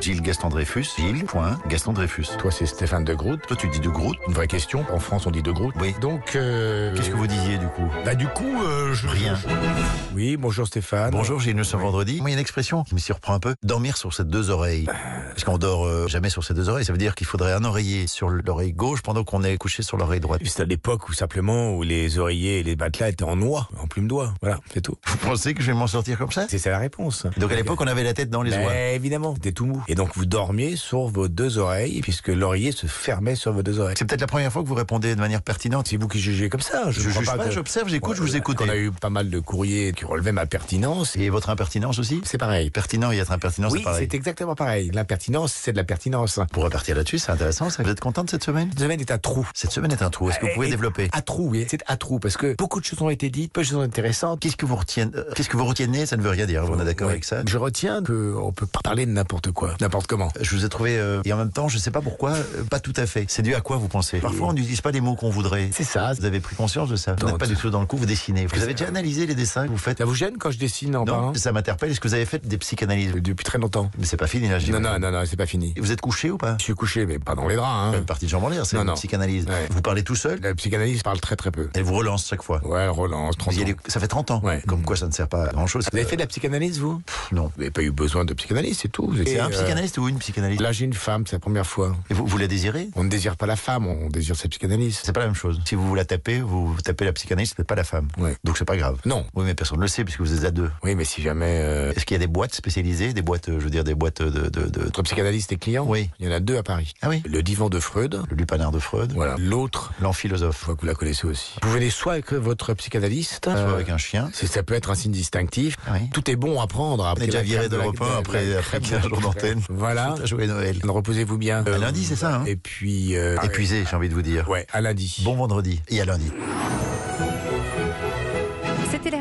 Gilles Gaston Dreyfus, Gilles, point, Gaston Dreyfus. Toi, c'est Stéphane de Groot. Toi, tu dis de Groot Une vraie question. En France, on dit de Groot. Oui. Donc, euh, Qu'est-ce que vous disiez du coup Bah, du coup, euh, je. Rien. Oui, bonjour Stéphane. Bonjour, j'ai une ce vendredi. Moi, il y a une expression qui me surprend un peu. Dormir sur ses deux oreilles. Parce qu'on dort euh, jamais sur ses deux oreilles. Ça veut dire qu'il faudrait un oreiller sur l'oreille gauche pendant qu'on est couché sur l'oreille droite. C'était à l'époque où simplement où les oreillers et les matelas étaient en noix, en plume d'oie. Voilà, c'est tout. Vous pensez que je vais m'en sortir comme ça C'est ça la réponse. Donc à l'époque, on avait la tête dans les Ben, oies. évidemment, t'es tout mou. Et donc vous dormiez sur vos deux oreilles, puisque l'oreiller se fermait sur vos deux oreilles. C'est peut-être la première fois que vous répondez de manière pertinente. C'est vous qui jugez comme ça. Je, Je crois juge pas, que- j'observe, j'écoute, je vous écoute. On a eu pas mal de courriers qui relevaient ma pertinence. Et votre impertinence aussi C'est pareil. Pertinent et être impertinent, oui, c'est pareil. c'est exactement pareil. L'impertinence, c'est de la pertinence. Pour repartir là-dessus, c'est intéressant ça. Vous êtes contente cette semaine Cette semaine est un trou. Cette semaine est un trou. Est-ce que vous Et- pouvez Bah, et- développer À trou, oui. C'est à trou parce que beaucoup de choses ont été dites, peu de choses intéressantes. Qu'est-ce que vous retiennent euh, Qu'est-ce que vous retiennez Ça ne veut rien dire. On est d'accord Ouais. avec ça. Je retiens qu'on peut pas parler de n'importe quoi, n'importe comment. Je vous ai trouvé euh, et en même temps, je ne sais pas pourquoi, euh, pas tout à fait. C'est dû à quoi vous pensez Parfois, on n'utilise pas les mots qu'on voudrait. C'est ça. Vous avez pris conscience de ça. Vous Non, n'êtes pas tout- du tout dans le coup. Vous dessinez. Vous avez déjà analysé les dessins que vous faites Ça vous gêne quand je dessine en Non, bas ça m'interpelle. Est-ce que vous avez fait des psychanalyses Depuis très longtemps. Mais c'est pas fini là. je dis- Non, non, non, non, c'est pas fini. Vous êtes couché ou pas Je suis couché, mais pas dans les draps. hein. Pas Une partie de jambes en l'air, c'est Non, une non. psychanalyse. Ouais. Vous parlez tout seul. La psychanalyse parle très très peu. Elle vous relance chaque fois. Ouais, elle relance, 30 Vous y allez- ans. Ça fait 30 ans. Ouais. Comme quoi, ça ne sert pas à grand chose. Vous avez fait de la psychanalyse, vous Non. Vous n'avez pas eu besoin de psychanalyse, c'est tout. Vous C'est étiez, un euh, psychanalyste ou une psychanalyste Là, j'ai une femme, c'est la première fois. Et vous, vous la désirez On ne désire pas la femme, on désire sa psychanalyse. C'est pas la même chose. Si vous vous la tapez, vous vous tapez la psychanalyste, mais pas la femme. Ouais. Donc c'est pas grave. Non. Oui, mais personne ne le sait puisque vous êtes à deux. Oui, mais si jamais euh, Est-ce qu'il y a des boîtes spécialisées, des boîtes, euh, je veux dire, des boîtes de, de, de- votre psychanalyste est client, Oui. il y en a deux à Paris. Ah oui. Le divan de Freud, Le lupanar de Freud. voilà. L'autre, je L'amphilosophe. crois que vous la connaissez aussi. Vous venez soit avec votre psychanalyste, Soit euh, avec un chien. c'est- ça peut être un signe distinctif. Ah oui. Tout est bon à prendre. On est déjà viré de repas après- après 15 jours d'antenne. Voilà. Tout à jouer Noël. Reposez-vous bien. À lundi, c'est ça, hein euh, Et puis. euh, Épuisé, j'ai envie de vous dire. Ouais, à lundi. Bon vendredi et à lundi. C'était les